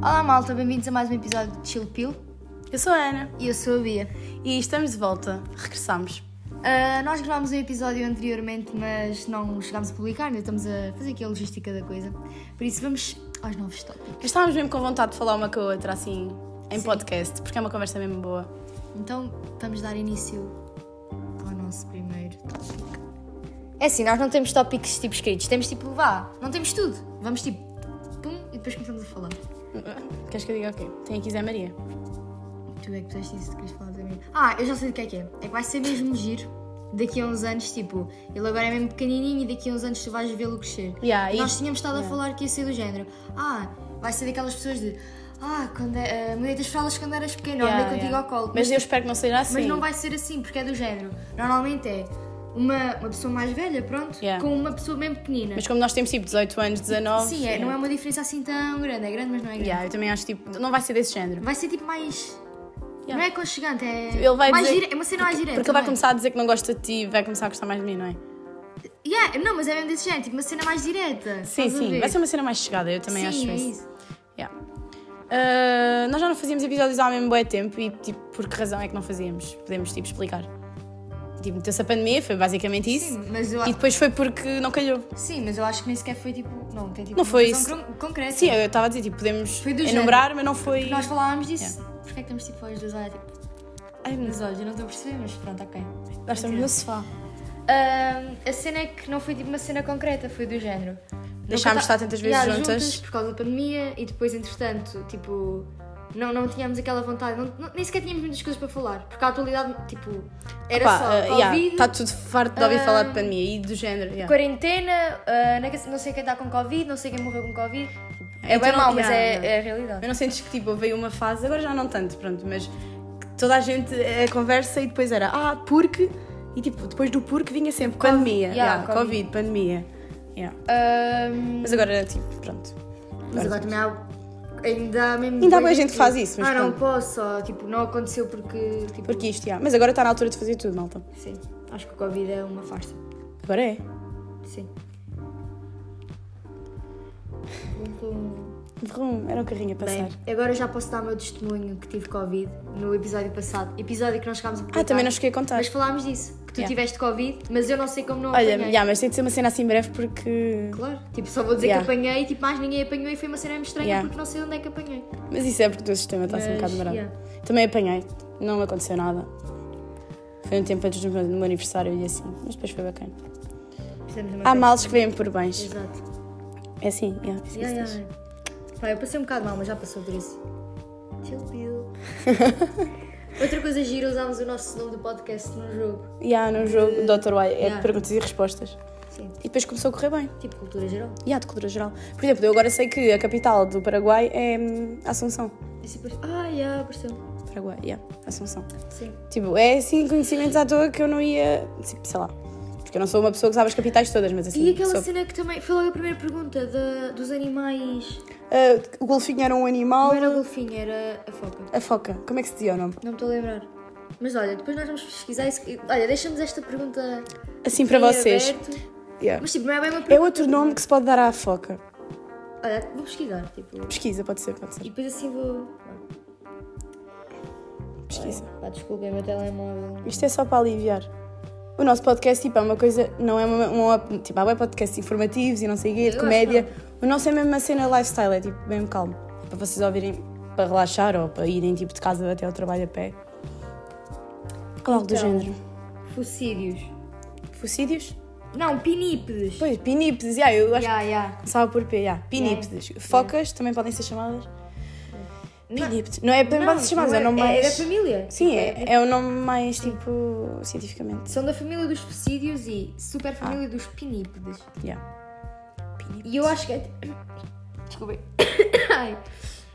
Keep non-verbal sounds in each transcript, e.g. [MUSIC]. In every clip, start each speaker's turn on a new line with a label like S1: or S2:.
S1: Olá malta, bem-vindos a mais um episódio de Chill Pill
S2: Eu sou a Ana
S1: e eu sou a Bia.
S2: e estamos de volta. Regressamos.
S1: Ah, nós gravámos um episódio anteriormente, mas não chegámos a publicar, ainda estamos a fazer aqui a logística da coisa. Por isso vamos aos novos tópicos.
S2: Mas Estávamos mesmo com vontade de falar uma com a outra assim, em podcast, porque é uma conversa mesmo boa.
S1: Então vamos dar início ao nosso primeiro tópico. É assim, nós não temos tópicos tipo escritos, temos tipo, vá, não temos tudo. Vamos tipo, pum, e depois começamos a falar.
S2: Queres que eu diga o quê? Tem aqui Zé Maria.
S1: Tu é que puseste isso, querias falar de mim. Ah, eu já sei do que é que é. É que vai ser mesmo giro. Daqui a uns anos, tipo, ele agora é mesmo pequenininho e daqui a uns anos tu vais vê-lo crescer.
S2: Yeah,
S1: E Nós
S2: isso-
S1: tínhamos estado a falar que ia ser do género. Ah, vai ser daquelas pessoas de. Ah, quando é, ah, mudei as fraldas quando eras pequeno,
S2: Yeah,
S1: andei contigo
S2: yeah.
S1: ao colo.
S2: Mas eu espero que não seja assim.
S1: mas não vai ser assim, porque é do género. Normalmente é uma, uma pessoa mais velha, pronto,
S2: Yeah.
S1: com uma pessoa mesmo pequenina.
S2: Mas como nós temos tipo 18 anos, 19.
S1: Sim, é, não é uma diferença assim tão grande. É grande, mas não é grande.
S2: Yeah, eu também acho tipo. Não vai ser desse género.
S1: Vai ser tipo mais.
S2: Yeah.
S1: Não é aconchegante, é.
S2: Ele vai
S1: mais
S2: dizer-
S1: dire- É uma cena mais direta.
S2: Porque ele vai
S1: não é?
S2: começar a dizer que não gosta de ti e vai começar a gostar mais de mim, não é?
S1: Yeah, não, mas é mesmo desse género, tipo uma cena mais direta.
S2: Sim,
S1: estás a
S2: sim.
S1: ver?
S2: Vai ser uma cena mais chegada, eu também
S1: Sim,
S2: acho
S1: é
S2: isso.
S1: isso.
S2: Yeah. Ah, nós já não fazíamos episódios há mesmo bué tempo e tipo, por que razão é que não fazíamos? Podemos tipo explicar. Tipo, meteu-se a pandemia, foi basicamente isso.
S1: Sim, mas eu,
S2: E depois foi porque não calhou.
S1: sim, mas eu acho que nem sequer foi tipo. Não, tem tipo.
S2: Não
S1: uma
S2: foi
S1: razão
S2: isso.
S1: cron- concreta.
S2: Sim, eu estava a dizer, tipo, podemos
S1: Foi do
S2: enumerar, mas não foi.
S1: Nós falávamos disso. Porque é que estamos tipo aos dois olhos? Tipo,
S2: Ai, meu Deus,
S1: nos olhos, eu não estou a perceber, mas pronto, ok.
S2: nós estamos no sofá.
S1: Ahm, a cena é que não foi tipo uma cena concreta, foi do género. tá-
S2: Deixámos de estar tantas vezes
S1: Yeah,
S2: juntas.
S1: Por causa da pandemia e depois, entretanto, tipo. Não, não tínhamos aquela vontade, não- não- nem sequer tínhamos muitas coisas para falar, porque a atualidade, tipo, era
S2: Pá,
S1: só
S2: ah,
S1: Covid,
S2: yeah, Está tudo farto de ouvir
S1: Ah.
S2: falar de pandemia e do género. yeah.
S1: quarentena, ah, na- não sei quem está com Covid, não sei quem morreu com Covid. É
S2: Então
S1: bem
S2: não-
S1: mau, mas
S2: yeah,
S1: é,
S2: yeah.
S1: é a realidade.
S2: Mas não sentes que tipo, veio uma fase, agora já não tanto, pronto, mas que toda a gente eh, conversa e depois era ah, porque, e tipo, depois do porque vinha sempre pandemia,
S1: yeah,
S2: yeah,
S1: Covid.
S2: Covid. pandemia. yeah.
S1: Ahm,
S2: Mas agora, tipo, pronto.
S1: mas agora também há. Ainda há mesmo.
S2: Ainda há
S1: bué
S2: bué
S1: de
S2: gente que faz isso, mas
S1: Ah, não
S2: pronto.
S1: posso, ou, tipo, não aconteceu porque. Tipo,
S2: Porque isto, yeah. mas agora está na altura de fazer tudo, malta.
S1: Sim, acho que o Covid é uma farsa.
S2: Agora é.
S1: Sim.
S2: Vrum, era um carrinho a
S1: Bem,
S2: passar.
S1: agora já posso dar o meu testemunho que tive Covid no episódio passado. Episódio que não chegámos a publicar.
S2: ah, também não cheguei a contar.
S1: Mas falámos disso, que tu
S2: Yeah.
S1: tiveste Covid, mas eu não sei como não
S2: Olha,
S1: apanhei.
S2: yeah, mas tem de ser uma cena assim breve porque.
S1: Claro, tipo, só vou dizer
S2: Yeah.
S1: que apanhei, tipo, mais ninguém apanhou e foi uma cena mesmo estranha
S2: Yeah.
S1: porque não sei onde é que apanhei.
S2: Mas isso é porque o teu sistema está assim um
S1: Mas,
S2: bocado demorado.
S1: yeah.
S2: Também apanhei, não me aconteceu nada. Foi um tempo antes do meu, do meu aniversário e assim, mas depois foi bacana.
S1: Fizemos uma
S2: Há
S1: festa.
S2: males que vêm por bens.
S1: Exato.
S2: É assim, yeah, é assim que
S1: Yeah,
S2: se diz.
S1: yeah. Pá, eu passei um bocado mal, mas já passou por isso. Chill
S2: [LAUGHS]
S1: pill. Outra coisa gira, usámos o nosso nome do podcast no jogo.
S2: Yeah, no jogo Dr. Why, é
S1: Yeah.
S2: de perguntas e respostas.
S1: Sim.
S2: E depois começou a correr bem.
S1: Tipo cultura geral.
S2: E yeah, de cultura geral. Por exemplo, eu agora sei que a capital do Paraguai é hum, Assunção.
S1: E se depois- Ah, yeah, apareceu.
S2: Paraguai, yeah, Assunção.
S1: Sim.
S2: Tipo, é assim conhecimentos à toa que eu não ia. Tipo, sei lá. Porque eu não sou uma pessoa que sabe as capitais todas, mas assim.
S1: E aquela
S2: sou...
S1: cena que também. Foi logo a primeira pergunta da- dos animais.
S2: Ah, o golfinho era um animal.
S1: Não era o golfinho, era a foca.
S2: A foca. Como é que se dizia o nome?
S1: Não me estou a lembrar. Mas olha, depois nós vamos pesquisar isso. Olha, deixamos esta pergunta
S2: Assim para
S1: em
S2: vocês.
S1: aberto.
S2: Yeah.
S1: Mas tipo, não é bem uma pergunta.
S2: É outro nome que se pode dar à foca.
S1: Olha, vou pesquisar, tipo.
S2: Pesquisa, pode ser, pode
S1: E
S2: ser.
S1: depois assim vou.
S2: Pesquisa.
S1: Pá, desculpem, o meu telemóvel.
S2: Isto é só para aliviar. O nosso podcast, tipo, é uma coisa, não é uma, uma- tipo, há web podcasts informativos e não sei o quê, de
S1: Eu acho
S2: comédia. O nosso é mesmo uma cena lifestyle, é tipo, mesmo calmo. Para vocês ouvirem, para relaxar ou para irem, tipo, de casa até ao trabalho a pé. Ou algo do
S1: Então.
S2: género.
S1: Fossídeos.
S2: Fossídeos?
S1: Não, pinípedes.
S2: Pois, pinípedes, yeah, eu acho
S1: Ya, ya.
S2: que começava por P, yeah, pinípedes. Focas também podem ser chamadas. Pinípedes. Não é, não, podem ser chamadas, é o
S1: não
S2: nome
S1: é, é da
S2: mais...
S1: família. Tipo,
S2: Sim, é, é o nome mais, tipo, cientificamente.
S1: São da família dos fossídeos e
S2: Ah.
S1: super família dos pinípedes.
S2: Yeah.
S1: E eu acho que é. tipo- Desculpem. [COUGHS] Ai.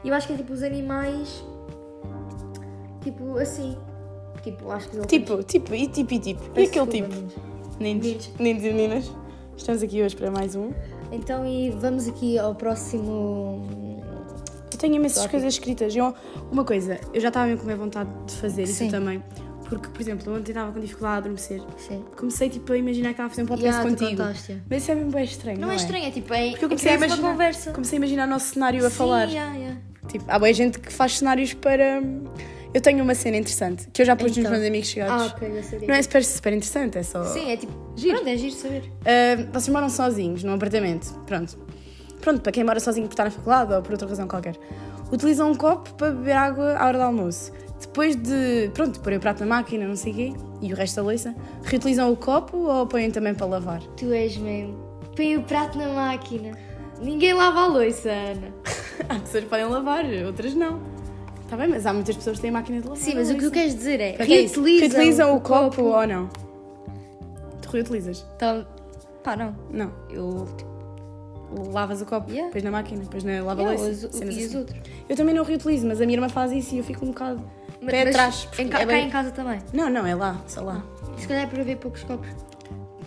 S1: Eu acho que é tipo os animais. Tipo assim. Tipo, acho que.
S2: Tipo, tipo, e tipo, e tipo. E
S1: Peço
S2: aquele
S1: desculpa,
S2: tipo.
S1: meninos.
S2: Meninos. Meninos e meninas. Estamos aqui hoje para mais um.
S1: Então, e vamos aqui ao próximo.
S2: Eu tenho imensas coisas escritas. Eu, uma coisa, eu já estava mesmo com a minha vontade de fazer
S1: Sim.
S2: isso também. Porque, por exemplo, eu ontem estava com dificuldade a adormecer.
S1: Sim.
S2: Comecei tipo, a imaginar que estava a fazer um podcast
S1: Yeah, tu
S2: contigo.
S1: contaste.
S2: Mas isso é mesmo bem estranho.
S1: Não é estranho, é tipo. É,
S2: Porque eu
S1: é
S2: comecei a
S1: criar-se
S2: imaginar.
S1: uma conversa.
S2: Comecei a imaginar o nosso cenário a falar.
S1: Sim, yeah, yeah.
S2: Tipo, há boa gente que faz cenários para. Eu tenho uma cena interessante que eu já pus nos
S1: Então.
S2: meus amigos chegados.
S1: Ah, ok, eu sei o que é
S2: Não é super, super interessante, é só.
S1: Sim, é tipo.
S2: Giro.
S1: Pronto, é giro saber.
S2: Uh, vocês moram sozinhos num apartamento. Pronto. Pronto, para quem mora sozinho por estar na faculdade ou por outra razão qualquer. Utilizam um copo para beber água à hora do almoço. Depois de, pronto, porem o prato na máquina, não sei o quê, e o resto da louça, reutilizam o copo ou põem também para lavar?
S1: Tu és mesmo. Põe o prato na máquina. Ninguém lava a louça, Ana.
S2: [LAUGHS] há pessoas que podem lavar, outras não. Está bem, mas há muitas pessoas que têm máquina de lavar.
S1: Sim, mas o que tu
S2: louça.
S1: queres dizer é.
S2: Portanto, é isso.
S1: Reutilizam.
S2: Reutilizam o copo ou não? Tu reutilizas?
S1: Então, pá, não.
S2: Não.
S1: Eu. tipo,
S2: Lavas o copo,
S1: Yeah.
S2: depois na máquina, depois na
S1: yeah,
S2: lava-louça.
S1: os- e
S2: cenas
S1: os
S2: assim.
S1: outros.
S2: Eu também não reutilizo, mas a minha irmã faz isso e eu fico um bocado
S1: Mas-
S2: pé
S1: mas
S2: atrás.
S1: Em,
S2: porque
S1: ca-
S2: é
S1: cá
S2: bem-
S1: em casa também.
S2: Não, não, é lá, sei lá.
S1: Se calhar é para ver poucos copos.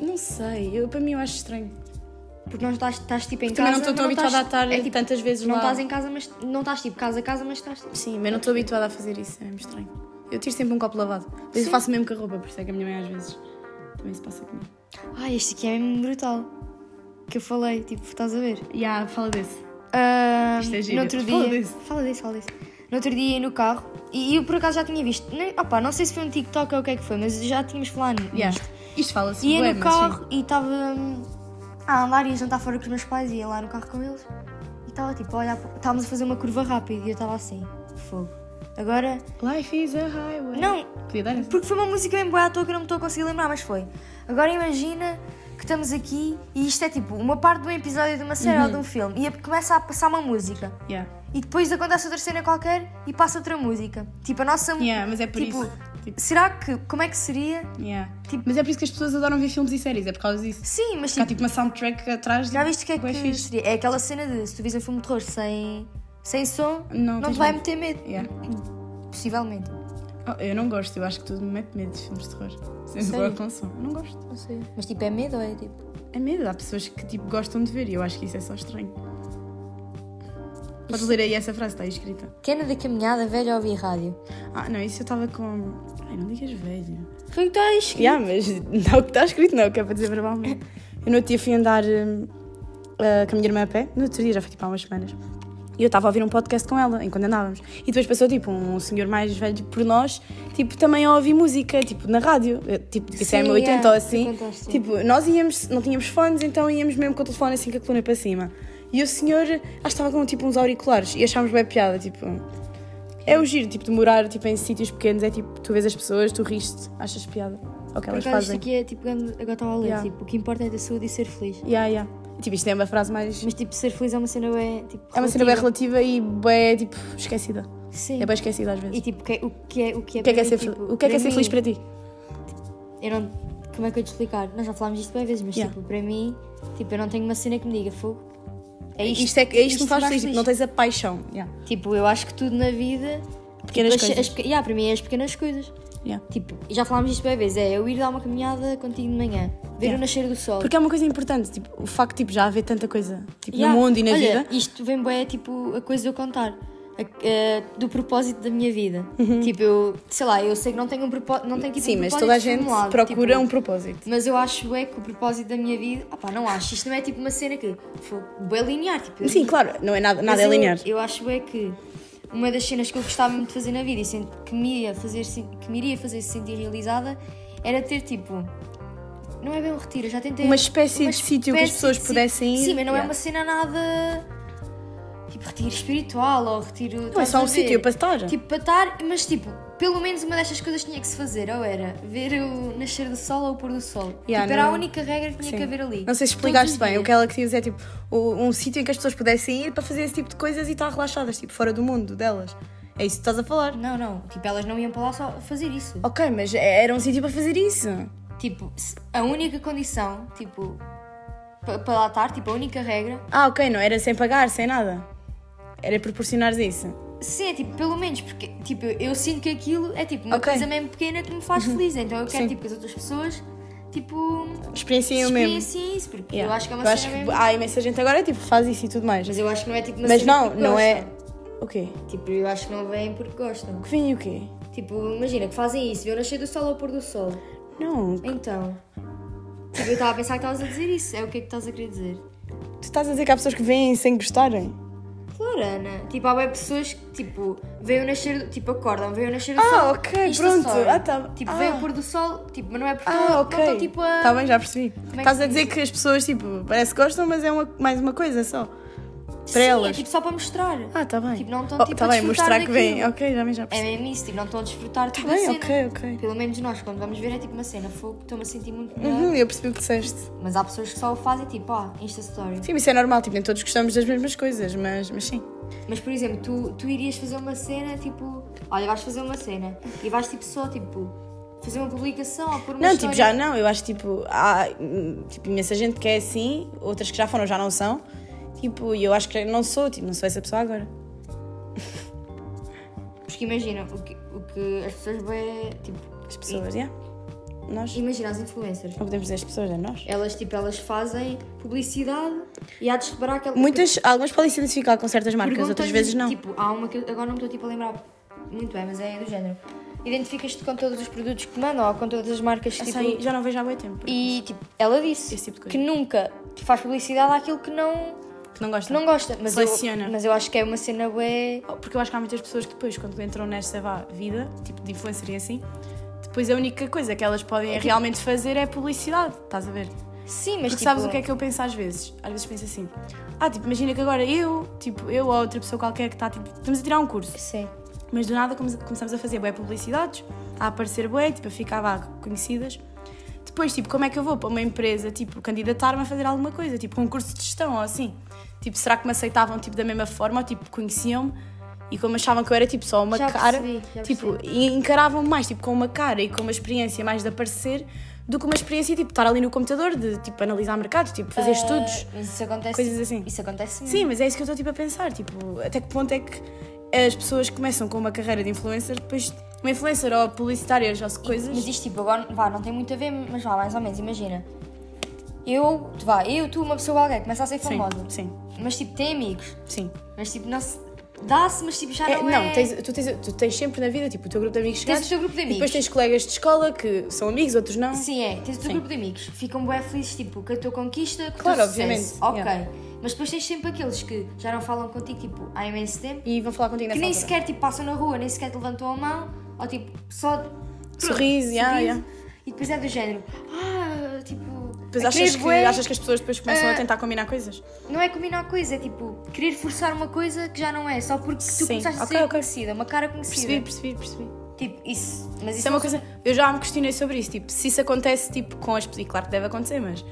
S2: Não sei, eu, para mim eu acho estranho.
S1: Porque não estás, estás tipo em casa.
S2: Também não estou tão
S1: mas
S2: habituada a
S1: estás-
S2: estar
S1: é, tipo,
S2: tantas vezes
S1: Não
S2: lá.
S1: estás em casa, mas. Não estás tipo casa a casa, mas estás. tipo-
S2: Sim, mas não estou habituada a fazer isso, é mesmo estranho. Eu tiro sempre um copo lavado. Mas eu faço mesmo com a roupa, por isso é que a minha mãe às vezes também se passa comigo.
S1: Ai, este aqui é mesmo brutal. Que eu falei, tipo, estás a ver?
S2: Já, fala desse.
S1: Ah,
S2: Isto é giro.
S1: no outro dia,
S2: Fala
S1: fala
S2: disso.
S1: disso. fala disso, No outro dia ia no carro e eu por acaso já tinha visto. Nem, opa, não sei se foi um TikTok ou o que é que foi, mas já tínhamos falado nisto.
S2: Yeah. Isto fala-se
S1: Ia
S2: bué,
S1: no
S2: mas
S1: carro e estava hum, a andar e a jantar fora com os meus pais, ia lá no carro com eles e estava tipo a olhar, para- estávamos a fazer uma curva rápida e eu estava assim, fogo. Agora,
S2: sim. Life is a highway.
S1: não,
S2: Podia dar essa?
S1: porque foi uma música bem boa à toa que eu não me estou a conseguir lembrar, mas foi. Agora imagina que estamos aqui e isto é tipo uma parte de um episódio de uma série
S2: Uhum.
S1: ou de um filme e a- começa a passar uma música.
S2: Yeah.
S1: E depois acontece outra cena qualquer e passa outra música. Tipo, a nossa mu-
S2: Yeah, mas é por
S1: tipo,
S2: isso. Tipo,
S1: Será que. Como é que seria?
S2: yeah.
S1: tipo-
S2: Mas é por isso que as pessoas adoram ver filmes e séries, é por causa disso.
S1: Sim, mas
S2: Porque há
S1: tipo,
S2: tipo uma soundtrack atrás.
S1: já viste o que é
S2: bué
S1: que
S2: fixe.
S1: seria? É aquela cena de se tu vis um filme de terror sem, sem som,
S2: Não,
S1: não,
S2: tens
S1: te vai
S2: medo.
S1: meter medo.
S2: Yeah.
S1: Possivelmente.
S2: Oh, eu não gosto, eu acho que tudo me mete medo de filmes de terror. Sempre
S1: Sério?
S2: agora com som. Eu não gosto.
S1: Não sei. Mas tipo, é medo ou é tipo.
S2: É medo, há pessoas que tipo gostam de ver e eu acho que isso é só estranho. Podes ler aí essa frase, está aí escrita.
S1: Pequena da caminhada, velha ouvir rádio.
S2: Ah, não, isso eu estava com. Ai, não digas velho.
S1: Foi o que está escrito.
S2: Yeah, mas não o que está escrito, não, o que é para dizer verbalmente. Eu no outro dia fui andar hum, ah, com a minha irmã a pé, no outro dia já foi tipo há umas semanas. E eu estava a ouvir um podcast com ela, enquanto andávamos. E depois passou tipo um senhor mais velho por nós, tipo também a ouvir música, tipo na rádio, eh, tipo isso é
S1: Sim,
S2: 80
S1: yeah,
S2: ou assim.
S1: tu contaste, sim.
S2: Tipo, nós íamos, não tínhamos fones, então íamos mesmo com o telefone assim com a coluna para cima. E o senhor, acho que estava com tipo uns auriculares e achámos bem piada, tipo. É o giro, tipo, de morar tipo, em sítios pequenos, é tipo, tu vês as pessoas, tu riste, achas piada. Ou que
S1: Por acaso,
S2: elas
S1: isto
S2: fazem.
S1: aqui é tipo. grande- Agora estava a ler,
S2: Yeah.
S1: tipo, o que importa é ter saúde e ser feliz.
S2: Yeah, yeah. Tipo, isto é uma frase mais.
S1: Mas tipo, ser feliz é uma cena bem. Tipo,
S2: É uma cena bem
S1: relativa.
S2: relativa e bem, tipo, esquecida.
S1: Sim.
S2: É bem esquecida às vezes.
S1: E tipo, o que é, o que é, o que é,
S2: O que é que é
S1: para
S2: ser,
S1: mim,
S2: fel-
S1: tipo,
S2: o que é, que é
S1: para
S2: ser
S1: mim-
S2: feliz para ti?
S1: Eu não. Como é que eu ia te explicar? Nós já falámos disto bem vezes, mas
S2: Yeah.
S1: tipo, para mim, tipo, eu não tenho uma cena que me diga fogo. É isto,
S2: é, é isto que me faz
S1: faz
S2: feliz, tipo, não tens a paixão. Yeah.
S1: Tipo, eu acho que tudo na vida.
S2: Pequenas
S1: tipo, as-
S2: coisas.
S1: As, peque- yeah, para mim é as pequenas coisas.
S2: Yeah.
S1: Tipo, e já falámos disto bem vezes, é eu ir dar uma caminhada contigo de manhã, ver
S2: Yeah.
S1: o nascer do sol.
S2: Porque é uma coisa importante, tipo, o facto de tipo, já haver tanta coisa tipo,
S1: Yeah.
S2: no mundo e na
S1: Olha,
S2: vida.
S1: Isto vem bem, é tipo a coisa de eu contar. a- a- do propósito da minha vida. Tipo, eu, sei lá, eu sei que não tenho um propósito, não tenho tipo,
S2: Uhum. Sim,
S1: um
S2: mas
S1: propósito
S2: toda a gente
S1: formulado,
S2: procura
S1: tipo,
S2: um propósito.
S1: Mas eu acho é que o propósito da minha vida. Ah pá, não acho. Isto não é tipo uma cena que. Foi bem linear. Tipo, eu-
S2: Sim, claro, não é nada,
S1: mas
S2: nada é
S1: eu-
S2: linear.
S1: Eu acho é que uma das cenas que eu gostava muito de fazer na vida e senti- que me ia fazer, se- que me iria fazer se sentir realizada era ter tipo. Não é bem um retiro, eu já tentei.
S2: Uma espécie de sítio que as
S1: espécie
S2: pessoas
S1: de
S2: pudessem
S1: sítio.
S2: ir,
S1: Sim, mas não é
S2: yeah.
S1: uma cena nada. Tipo, retiro espiritual ou retiro.
S2: Não é
S1: estás
S2: só
S1: a
S2: um
S1: ver?
S2: sítio para estar.
S1: Tipo, para estar, mas tipo, pelo menos uma destas coisas tinha que se fazer, ou era ver o nascer do sol ou o pôr do sol.
S2: Yeah,
S1: tipo, era a
S2: não-
S1: única regra que tinha
S2: Sim.
S1: que haver ali.
S2: Não sei se
S1: Todos
S2: explicaste
S1: os
S2: bem. O
S1: dias.
S2: que ela queria dizer é tipo o- um sítio em que as pessoas pudessem ir para fazer esse tipo de coisas e estar relaxadas, tipo fora do mundo delas. É isso que estás a falar.
S1: Não, não, tipo, elas não iam para lá só fazer isso.
S2: Ok, mas é- era um sítio para fazer isso.
S1: Tipo, se- a única condição, tipo, pa- para lá estar, tipo, a única regra,
S2: Ah, ok, não era sem pagar, sem nada. Era proporcionar isso.
S1: sim, é tipo, pelo menos, porque, tipo, eu, eu sinto que aquilo é tipo uma
S2: Ok. Uhum.
S1: coisa mesmo pequena que me faz feliz, então eu quero,
S2: Sim.
S1: tipo, que as outras pessoas, tipo,
S2: Experiencia eu mesmo.
S1: experienciem isso, porque
S2: um Yeah.
S1: eu acho que é uma
S2: eu
S1: cena
S2: acho que
S1: mesmo.
S2: há imensa gente agora tipo faz isso e tudo mais.
S1: Mas eu acho que não é tipo uma
S2: Mas
S1: cena
S2: não,
S1: porque
S2: não é.
S1: gostam.
S2: O quê?
S1: Tipo, eu acho que não vêm porque gostam.
S2: O que vem e o quê?
S1: Tipo, imagina que fazem isso, vê o nascer do sol ou o pôr do sol.
S2: Não, tu
S1: Então. Tipo, eu estava a pensar que estavas a dizer isso. É o que é que estás a querer dizer?
S2: estás a dizer que há pessoas que vêm sem gostarem?
S1: Claro, Ana. Tipo, há web pessoas que, tipo, veem o nascer, do- tipo, acordam, veem o nascer do sol.
S2: Ah, ok,
S1: Insta
S2: pronto.
S1: story.
S2: Ah, tá.
S1: Tipo,
S2: ah.
S1: veem o pôr do sol, tipo, mas não é porque
S2: Ah,
S1: não-
S2: ok.
S1: não estão, tipo, a...
S2: Tá bem, já percebi.
S1: é que
S2: Estás a
S1: se
S2: dizer que as pessoas, tipo, parece que gostam, mas é uma, mais uma coisa só. Para
S1: Sim,
S2: elas.
S1: é tipo só para mostrar.
S2: Ah, tá bem.
S1: Tipo, não estão,
S2: Oh,
S1: tipo,
S2: tá
S1: a
S2: bem,
S1: desfrutar
S2: mostrar que vem.
S1: daquilo.
S2: Ok, já, bem, já
S1: É
S2: percebi.
S1: mesmo isso, tipo, não estão a desfrutar de
S2: Tá
S1: toda a
S2: bem,
S1: cena.
S2: ok, ok.
S1: Pelo menos nós, quando vamos ver, é tipo uma cena fogo, estou-me a sentir muito melhor.
S2: Uhum, eu percebi o que disseste.
S1: Mas há pessoas que só o fazem, tipo, ah, Insta Story.
S2: Sim, isso é normal, tipo, nem todos gostamos das mesmas coisas, mas, mas sim.
S1: Mas, por exemplo, tu, tu irias fazer uma cena, tipo, olha, vais fazer uma cena e vais, tipo, só, tipo, fazer uma publicação ou pôr uma
S2: Não,
S1: história.
S2: tipo, já não. Eu acho, tipo, há hum, tipo, imensa gente que é assim, outras que já foram, já não são. Tipo, e eu acho que não sou, tipo, não sou essa pessoa agora.
S1: Porque imagina, o que, o que as pessoas veem, tipo,
S2: As pessoas, yeah. Nós.
S1: imagina as influencers.
S2: Não podemos dizer as pessoas, é nós.
S1: Elas, tipo, elas fazem publicidade e há de separar aquela...
S2: Muitas, algumas podem se identificar com certas marcas,
S1: Perguntas,
S2: outras vezes não.
S1: Tipo, há uma que eu- agora não me estou tipo, a lembrar muito bem, mas é do género. Identificas-te com todos os produtos que te mandam ou com todas as marcas que
S2: Essa
S1: tipo,
S2: aí já não vejo há muito tempo.
S1: E tipo, ela disse
S2: Esse tipo de coisa.
S1: que nunca faz publicidade àquilo que não,
S2: Que não gosta.
S1: que não gosta. Mas
S2: Seleciona.
S1: eu, mas eu acho que é uma cena bué.
S2: Porque eu acho que há muitas pessoas que depois, quando entram nesta vá, vida, tipo de influencer e assim, depois a única coisa que elas podem realmente fazer é publicidade, estás a ver?
S1: Sim, mas
S2: Porque
S1: tipo,
S2: sabes o que é que eu penso às vezes? Às vezes penso assim, ah, tipo, imagina que agora eu, tipo, eu ou outra pessoa qualquer que está, tipo, estamos a tirar um curso,
S1: Sim.
S2: mas do nada come- começamos a fazer bué publicidades, a aparecer bué, tipo, a ficar vá, conhecidas. Depois, tipo, como é que eu vou para uma empresa, tipo, candidatar-me a fazer alguma coisa, tipo, um curso de gestão ou assim? Tipo, será que me aceitavam, tipo, da mesma forma ou, tipo, conheciam-me? E como achavam que eu era, tipo, só uma
S1: Já
S2: cara,
S1: percebi, já
S2: tipo,
S1: percebi.
S2: e encaravam-me mais, tipo, com uma cara e com uma experiência mais de aparecer do que uma experiência, tipo, estar ali no computador, de, tipo, analisar mercados, tipo, fazer estudos.
S1: Ah, Mas isso acontece.
S2: coisas assim.
S1: Isso acontece muito.
S2: Sim, mas é isso que eu estou tipo, a pensar. Tipo, até que ponto é que as pessoas começam com uma carreira de influencer, depois uma influencer ou publicitárias ou coisas.
S1: Mas isto tipo, agora vá, não tem muito a ver, mas vá, mais ou menos, imagina. Eu, vá, eu, tu, uma pessoa alguém, começa a ser
S2: sim,
S1: famosa.
S2: sim,
S1: Mas tipo, tem amigos.
S2: sim.
S1: Mas tipo, não se. Dá-se, mas tipo, já
S2: É,
S1: não
S2: não,
S1: é.
S2: tens- tu, tens, tu tens sempre na vida tipo, o teu grupo de amigos
S1: Tens o
S2: chegados,
S1: teu grupo de
S2: e
S1: amigos.
S2: depois tens colegas de escola que são amigos, outros não.
S1: Sim, é. Tens o teu
S2: Sim.
S1: grupo de amigos. Ficam bem felizes, tipo, com a tua conquista, com
S2: Claro,
S1: o teu sucesso.
S2: obviamente,
S1: Ok.
S2: yeah.
S1: Mas depois tens sempre aqueles que já não falam contigo, tipo, há imenso tempo.
S2: E vão falar contigo
S1: que
S2: nessa
S1: nem
S2: altura.
S1: sequer, tipo, passam na rua, nem sequer te levantam a mão. Ou, tipo, só... pronto,
S2: Sorriso, yeah, yeah.
S1: E depois é do género. Ah, tipo...
S2: Depois
S1: a
S2: achas
S1: querer
S2: que,
S1: bué-
S2: achas que as pessoas depois começam
S1: Ah.
S2: a tentar combinar coisas?
S1: Não é combinar coisa, é tipo, querer forçar uma coisa que já não é. Só porque tu
S2: Sim,
S1: começaste a
S2: ok,
S1: ser
S2: ok.
S1: conhecida, uma cara conhecida.
S2: Percebi, percebi, percebi.
S1: Tipo, isso... Mas isso,
S2: Isso é uma coisa. Eu já me questionei sobre isso. Tipo, se isso acontece tipo, com as pessoas. E claro que deve acontecer, mas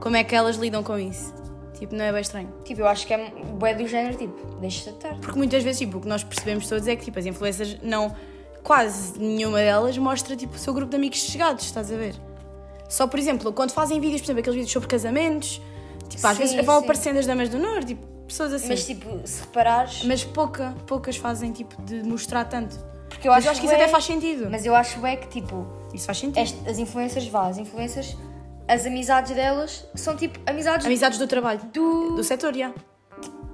S2: como é que elas lidam com isso? Tipo, não é bem estranho.
S1: Tipo, eu acho que é bué do género, tipo, deixa-te estar.
S2: Porque muitas vezes tipo, o que nós percebemos todos é que tipo, as influências não. Quase nenhuma delas mostra tipo, o seu grupo de amigos chegados, estás a ver? Só, por exemplo, quando fazem vídeos, por exemplo, aqueles vídeos sobre casamentos, tipo, às
S1: Sim,
S2: vezes vão
S1: sim.
S2: aparecendo as damas do norte, tipo, pessoas assim.
S1: Mas,
S2: Mas,
S1: tipo, se reparares...
S2: pouca, poucas fazem tipo de mostrar tanto.
S1: Porque
S2: Mas eu acho que isso
S1: bué-
S2: até faz sentido.
S1: Mas eu acho é que, tipo,
S2: Isso faz sentido.
S1: est- as influencers, vá, as influencers, as amizades delas são, tipo, amizades,
S2: Amizades do trabalho.
S1: do,
S2: Do setor, já.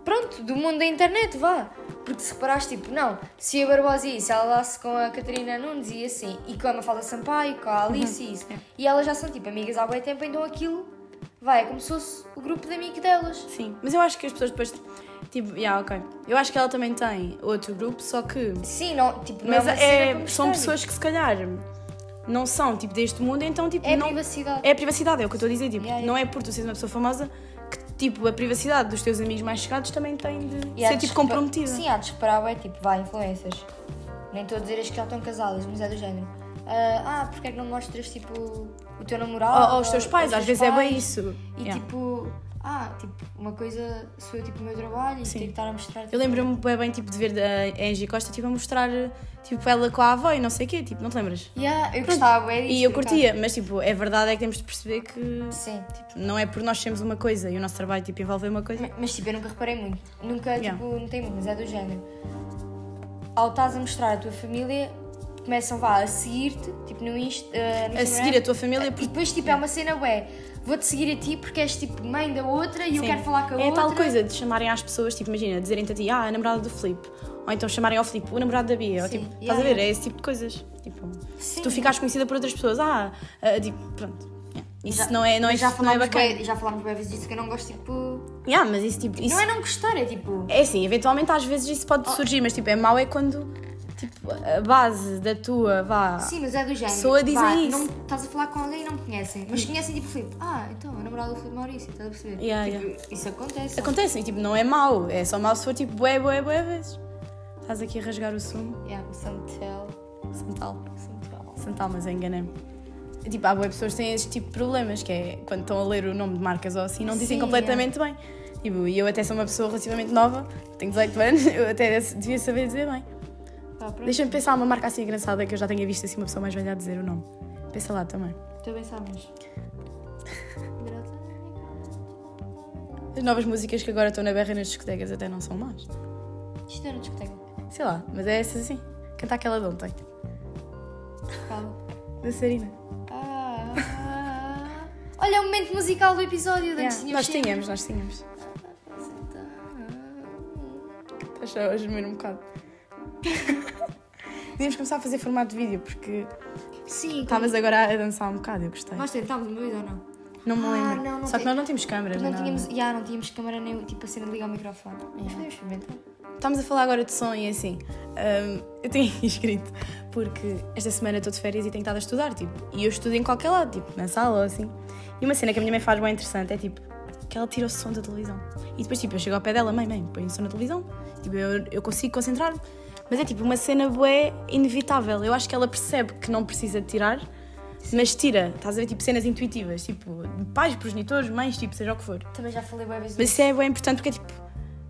S1: pronto, do mundo da internet, vá. Porque se reparares, tipo, não, se a Barbosa e se ela lasse com a Catarina Nunes e assim, e com a Mafalda Sampaio, com
S2: Uhum.
S1: a Alice e isso,
S2: É.
S1: e elas já são, tipo, amigas há bué tempo, então aquilo, vai, é como se fosse o grupo de amigos delas.
S2: Sim, mas eu acho que as pessoas depois. Tipo, já, ok. Eu acho que ela também tem outro grupo, só que.
S1: Sim, não, tipo, não
S2: Mas
S1: é uma cena
S2: é,
S1: para
S2: são
S1: mostrar.
S2: pessoas que se calhar não são tipo deste mundo, então tipo.
S1: É a
S2: não,
S1: privacidade.
S2: É a privacidade, é o que eu estou a dizer. Tipo,
S1: Yeah, yeah.
S2: Não é por tu seres uma pessoa famosa que tipo a privacidade dos teus amigos mais chegados também tem de
S1: E há
S2: ser
S1: de
S2: tipo
S1: espera-
S2: comprometida.
S1: Sim, há de esperar, é tipo, vai, influências. Nem estou a dizer as que já estão casadas, mas é do género. ah, ah, porque é que não mostras, tipo, o teu namorado?
S2: Ou, ou os teus pais,
S1: os
S2: às
S1: teus
S2: vezes é bem
S1: pais?
S2: isso.
S1: E
S2: Yeah.
S1: tipo, ah, tipo, uma coisa sou eu, tipo, o meu trabalho e tenho que estar a mostrar.
S2: Eu lembro-me bem, bem tipo, de ver da Angie Costa tipo, a mostrar tipo, ela com a avó e não sei o quê, tipo, não te lembras?
S1: Yeah, eu gostava, é disso,
S2: E eu
S1: por acaso.
S2: curtia, mas tipo, é verdade é que temos de perceber que
S1: Sim, tipo,
S2: não é por nós sermos uma coisa e o nosso trabalho tipo, envolver uma coisa.
S1: ma- mas tipo, eu nunca reparei muito. Nunca,
S2: Yeah.
S1: tipo, não tem muito, mas é do género. Ao estás a mostrar a tua família, começam, vá, a seguir-te, tipo, no Insta. ah, no
S2: A
S1: Instagram.
S2: seguir a tua família
S1: E
S2: porque
S1: depois, tipo, é uma cena, ué, vou-te seguir a ti porque és, tipo, mãe da outra e eu
S2: Sim.
S1: quero falar com a
S2: é
S1: outra.
S2: tal coisa de chamarem às pessoas, tipo, imagina, dizerem-te a ti, ah, a namorada do Filipe. Ou então chamarem ao Filipe, o namorado da Bia. Ou,
S1: Sim,
S2: tipo,
S1: yeah,
S2: estás a ver?
S1: yeah.
S2: É esse tipo de coisas. Tipo, se
S1: Sim.
S2: tu ficares conhecida por outras pessoas, ah, ah, tipo, eh, pronto. Yeah. Isso
S1: Já-
S2: não é, não é,
S1: mas já
S2: não é
S1: falámos
S2: bacana.
S1: bué- já falámos bem vezes disso que eu não gosto, tipo.
S2: Yeah, mas isso, tipo, isso
S1: Não é Oh. não gostar, é tipo.
S2: É assim, eventualmente às vezes isso pode surgir, mas tipo, é mau é quando tipo, a base da tua vá.
S1: Sim, mas é do género.
S2: Pessoa dizem
S1: Vá,
S2: isso. Hum.
S1: Não, estás a falar com alguém e não me conhecem. Mas conhecem tipo Filipe. Ah, então, a namorada do Filipe Maurício, estás a perceber?
S2: Yeah,
S1: tipo, Isso acontece.
S2: Acontece, e tipo, não é mau, é só mau se for tipo bué, bué, bué vezes. Estás aqui a rasgar o sumo.
S1: Yeah, Santel.
S2: Santal.
S1: Santel.
S2: Santal, mas enganei-me. Tipo, há bué pessoas que têm este tipo de problemas, que é quando estão a ler o nome de marcas ou assim, não dizem
S1: Sim,
S2: completamente bem. Tipo, e eu até sou uma pessoa relativamente nova, tenho 18 anos, [LAUGHS] eu até devia saber dizer bem.
S1: Pá, Tá, pronto.
S2: Deixa-me pensar uma marca assim engraçada que eu já tenha visto assim uma pessoa mais velha a dizer o nome. Pensa lá também.
S1: Tu bem sabes.
S2: As novas músicas que agora estão na berra nas discotecas até não são más.
S1: Isto é na discoteca.
S2: Sei lá, mas é essa assim. Cantar aquela de ontem.
S1: Fala.
S2: Da Sarina.
S1: Ah, ah, ah. Olha, é o momento musical do episódio. de Antes
S2: Yeah, Nós
S1: sempre.
S2: tínhamos, nós tínhamos. Estás só a gemer um [LAUGHS] bocado. Podíamos começar a fazer formato de vídeo porque
S1: Tá Sim, como-
S2: estavas agora a dançar um bocado, eu gostei.
S1: nós tentámos uma
S2: É
S1: vez ou não?
S2: Não me
S1: Ah,
S2: lembro.
S1: não, não
S2: só que
S1: tem-
S2: nós não tínhamos câmeras,
S1: Não
S2: não
S1: tínhamos, já, não tínhamos câmera nem tipo a cena de ligar o microfone. Mas podemos experimentar.
S2: Estamos a falar agora de som e assim. hum, eu tenho [LAUGHS] aqui escrito porque esta semana estou de férias e tenho estado a estudar, tipo. E eu estudo em qualquer lado, tipo, na sala ou assim. E uma cena que a minha mãe faz bem interessante é tipo que ela tira o som da televisão. E depois, tipo, eu chego ao pé dela, mãe, mãe, põe o som na televisão. Tipo, eu, eu consigo concentrar-me. Mas é tipo uma cena bué inevitável. Eu acho que ela percebe que não precisa de tirar, mas tira. Estás a ver, tipo, cenas intuitivas, tipo, de pais, progenitores, mães, tipo, seja o que for.
S1: Também já falei várias
S2: Mas
S1: vezes.
S2: isso é bem importante porque é tipo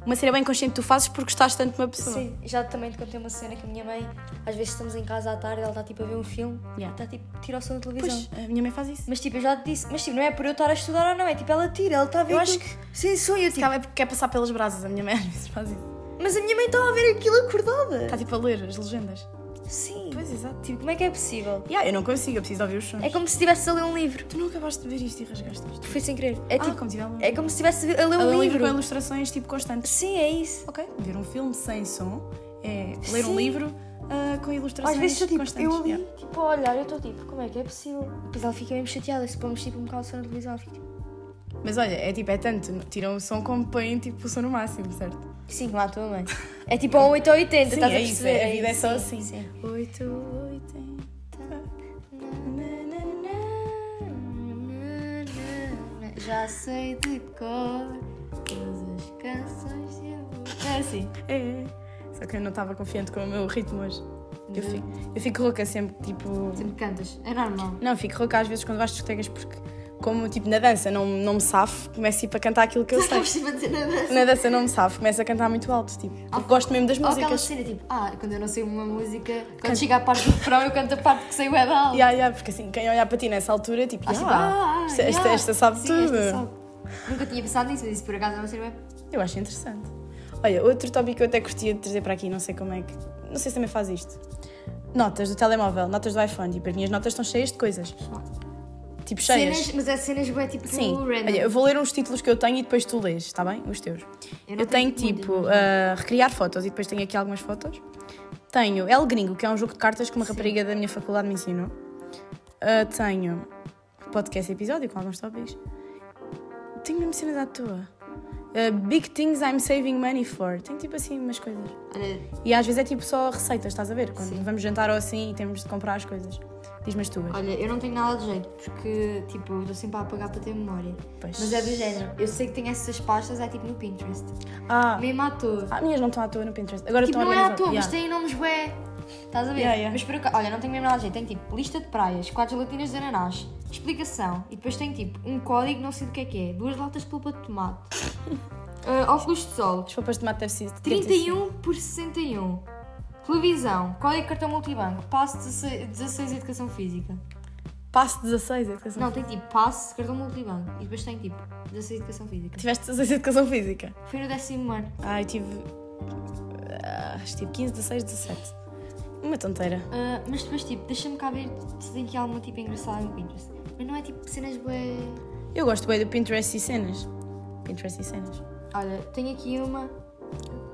S2: uma cena bem consciente que tu fazes porque gostaste tanto de uma pessoa.
S1: Sim, já também te contei uma cena que a minha mãe, às vezes estamos em casa à tarde, ela está tipo a ver um filme,
S2: Yeah.
S1: está tipo, tira o som da televisão.
S2: Pois, a minha mãe faz isso.
S1: Mas tipo, eu já te disse, mas tipo, não é por eu estar a estudar ou não, é tipo, ela tira, ela está a ver.
S2: Eu acho
S1: aquilo. Sim, sou eu, tipo.
S2: Acaba é porque quer passar pelas brasas, a minha mãe [LAUGHS] às vezes faz isso.
S1: Mas a minha mãe estava a ver aquilo acordada.
S2: Está tipo a ler as legendas.
S1: Sim.
S2: Pois, exato.
S1: Tipo, como é que é possível?
S2: Yeah, eu não consigo, eu preciso ouvir os sons.
S1: É como se estivesse a ler um livro.
S2: Tu não acabaste de ver isto e rasgaste isto.
S1: Foi sem querer. É
S2: Ah,
S1: tipo,
S2: como tiver um-
S1: é como se estivesse a ler
S2: A
S1: um
S2: livro
S1: livro.
S2: com ilustrações tipo constantes.
S1: Sim, é isso.
S2: Ok, ver um filme sem som é ler
S1: Sim.
S2: um livro ah, com ilustrações
S1: Às vezes eu, tipo,
S2: constantes.
S1: eu ali,
S2: Yeah.
S1: tipo, a olhar, eu estou tipo, como é que é possível? Depois ela fica mesmo chateada, se pomos tipo um bocado de som na televisão, ela fica tipo...
S2: Mas olha, é tipo, é tanto, tiram o som como põem tipo, o som no máximo, certo?
S1: Sim, lá a tua mãe. É tipo um 8 ou 80,
S2: Sim,
S1: estás a
S2: é isso,
S1: perceber?
S2: é, a vida é só
S1: sim,
S2: assim.
S1: sim.
S2: 8, 80.
S1: Já sei de cor todas as canções de amor. É assim.
S2: É, só que eu não estava confiante com o meu ritmo hoje. Eu fico, eu fico rouca sempre, tipo.
S1: Sempre cantas, é normal.
S2: Não, fico rouca às vezes quando vais às discotecas porque, como tipo na dança não, não me safo, começo tipo, a cantar
S1: [LAUGHS]
S2: aquilo que eu sei.
S1: Estavas tipo a dizer nada.
S2: Na dança não me safo, começo a cantar muito alto, tipo. Porque gosto mesmo das
S1: Ou aquela
S2: músicas.
S1: cena tipo, ah, quando eu não sei uma música, quando chega à parte do refrão, eu canto a parte que sei o é da aula.
S2: Yeah, yeah, porque assim, quem olhar para ti nessa altura, tipo,
S1: Ah, tipo,
S2: yeah,
S1: ah,
S2: esta, esta,
S1: yeah.
S2: esta sabe
S1: Sim,
S2: tudo.
S1: esta sabe. Nunca tinha pensado nisso, mas isso por acaso é uma cena web.
S2: Eu acho interessante. Olha, outro tópico que eu até gostaria de trazer para aqui, não sei como é que. Não sei se também faz isto. Notas do telemóvel, notas do iPhone, tipo, as minhas notas estão cheias de coisas. Tipo, cheias.
S1: Cenas, mas é cenas web tipo
S2: Sim.
S1: random.
S2: Olha, eu vou ler uns títulos que eu tenho e depois tu lês, está bem? Os teus.
S1: Eu
S2: Eu,
S1: não tenho
S2: tenho,
S1: muitas,
S2: tipo ah, recriar fotos e depois tenho aqui algumas fotos. Tenho El Gringo, que é um jogo de cartas que uma rapariga da minha faculdade me ensinou. Ah, tenho podcast episódio com alguns tópicos. Tenho mesmo cenas à toa. Ah, big things I'm saving money for. Tenho tipo assim umas coisas.
S1: Olha,
S2: E às vezes é tipo só receitas, estás a ver? Quando
S1: Sim.
S2: vamos jantar ou assim e temos de comprar as coisas. Diz-me as tuas.
S1: Olha, eu não tenho nada de jeito, porque, tipo, eu estou sempre a apagar para ter memória.
S2: Pois.
S1: Mas é do género. Eu sei que tenho essas pastas, é tipo no Pinterest.
S2: Ah,
S1: Mesmo à toa.
S2: ah, minhas não estão à toa no Pinterest. Agora
S1: tipo, não
S2: estão
S1: é
S2: a
S1: à
S2: minhas-
S1: toa, mas
S2: Yeah.
S1: têm nomes bué. Estás a ver?
S2: Yeah, yeah.
S1: Mas por acaso, olha, não tenho mesmo nada de jeito. Tenho tipo lista de praias, quatro gelatinas de ananás, explicação. E depois tem tipo um código, não sei do que é que é, duas latas de polpa de
S2: [LAUGHS]
S1: tomate, ah, óculos de sol,
S2: As papas de tomate deve ser
S1: 31 por 61. Televisão, código de cartão multibanco, passo 16, 16 educação física.
S2: Passo 16, educação
S1: Não, tem tipo passe, cartão multibanco e depois tem tipo 16 de educação física.
S2: Tiveste 16 de educação física?
S1: Foi no décimo ano.
S2: Ah, eu tive. ah, acho que tive 15, 16, 17. Uma tonteira.
S1: Ah, mas depois tipo, deixa-me cá ver se tem aqui alguma tipo engraçada no Pinterest. Mas não é tipo cenas bué...
S2: Eu gosto bem do Pinterest e cenas. Pinterest e cenas.
S1: Olha, tenho aqui uma...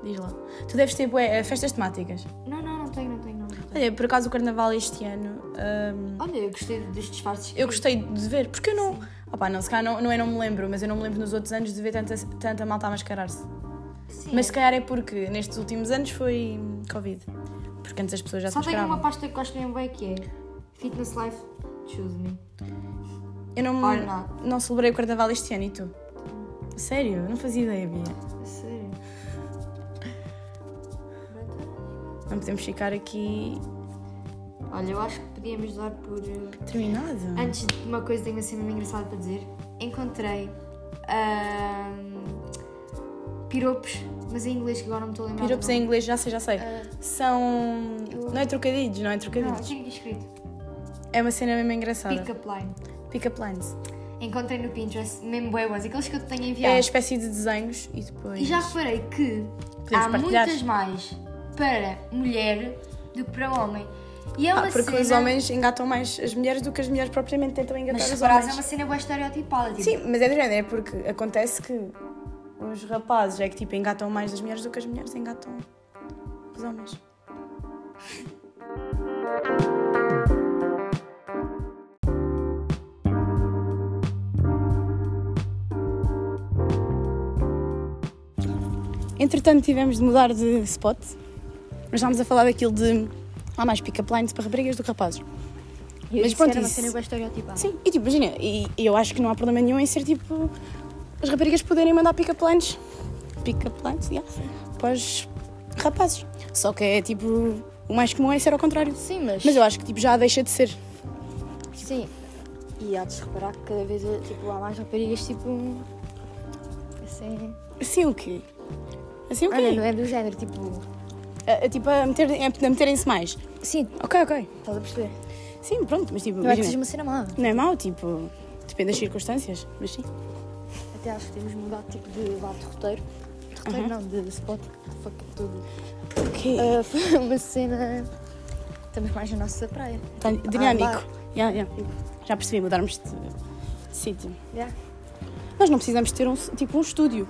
S2: Diz lá. Tu deves ter bué, eh, festas temáticas.
S1: Não, não, não tenho, não tenho, não tenho.
S2: Olha, por acaso o carnaval este ano. hum,
S3: Olha, eu gostei dos disfarces.
S2: eu gostei de ver, porque eu não. Opá, não, se calhar não, não é, não me lembro, mas eu não me lembro nos outros anos de ver tanta, tanta malta a mascarar-se.
S3: Sim.
S2: Mas se calhar é porque nestes últimos anos foi hum, Covid. Porque antes as pessoas já se
S3: Só tenho
S2: mascaravam.
S3: uma pasta que gosto mesmo bem que é Fitness Life Choose Me.
S2: Eu não,
S3: Or not.
S2: não celebrei o carnaval este ano e tu? Sério? Não fazia ideia, Bia. [LAUGHS]
S3: Sério.
S2: Não podemos ficar aqui
S3: Olha, eu acho que podíamos dar por. eh,
S2: terminado.
S3: Antes de uma coisa, tenho assim mesmo engraçada para dizer. Encontrei ahm, piropos, mas em inglês que agora não Ah. me estou a lembrar.
S2: Piropos em inglês, já sei, já sei. São. Não é trocadilhos, não é
S3: Não,
S2: trocadilhos.
S3: Ah, tinha aqui escrito. Ah.
S2: É uma cena mesmo engraçada.
S3: Pick up line.
S2: Pick-up lines.
S3: Encontrei no Pinterest mesmo boas, aqueles que eu te tenho
S2: É
S3: enviado.
S2: a espécie de desenhos e depois.
S3: E já reparei que há
S2: partilhar.
S3: muitas mais para mulher do que para homem. E é
S2: Ah,
S3: uma
S2: porque
S3: cena.
S2: os homens engatam mais as mulheres do que as mulheres propriamente tentam engatar
S3: Mas se
S2: os
S3: reparares, é
S2: homens.
S3: uma cena bem estereotipada. Tipo,
S2: Sim, mas é de género, é porque acontece que os rapazes é que tipo engatam mais as mulheres do que as mulheres engatam os homens. Entretanto, tivemos de mudar de spot. Mas estávamos a falar daquilo de há mais pick-up lines para raparigas do que rapazes.
S3: eu
S2: mas
S3: disse que
S2: pronto,
S3: era uma
S2: isso-
S3: cena bem estereotipada.
S2: Sim, e tipo, imagina, e, e eu acho que não há problema nenhum em ser tipo as raparigas poderem mandar pick-up lines, pick-up lines, yeah, para os rapazes. Só que é tipo, o mais comum é ser ao contrário.
S3: Sim, mas.
S2: Mas eu acho que tipo, já deixa de ser.
S3: Sim. E há de se reparar que cada vez tipo, há mais raparigas tipo. Assim.
S2: Assim o quê? Assim o quê?
S3: Olha, não é do género, tipo.
S2: A- a, tipo, a, meter, a meterem-se mais.
S3: Sim,
S2: Ok, ok.
S3: estás a perceber?
S2: Sim, pronto, mas tipo,
S3: Não é que
S2: imagina,
S3: seja uma cena má.
S2: não é mau, tipo, depende das circunstâncias, mas sim.
S1: Até acho que temos mudado tipo de lado de roteiro. De roteiro
S2: Uhum.
S1: não, de, de spot. Fuck tudo. [LAUGHS]
S2: Ok.
S1: Ah, foi uma cena. Estamos mais na nossa praia.
S2: Tá
S1: Ah,
S2: dinâmico. Yeah, yeah. Já percebi, mudarmos de, de sítio.
S1: Yeah.
S2: Nós não precisamos ter um, tipo um estúdio,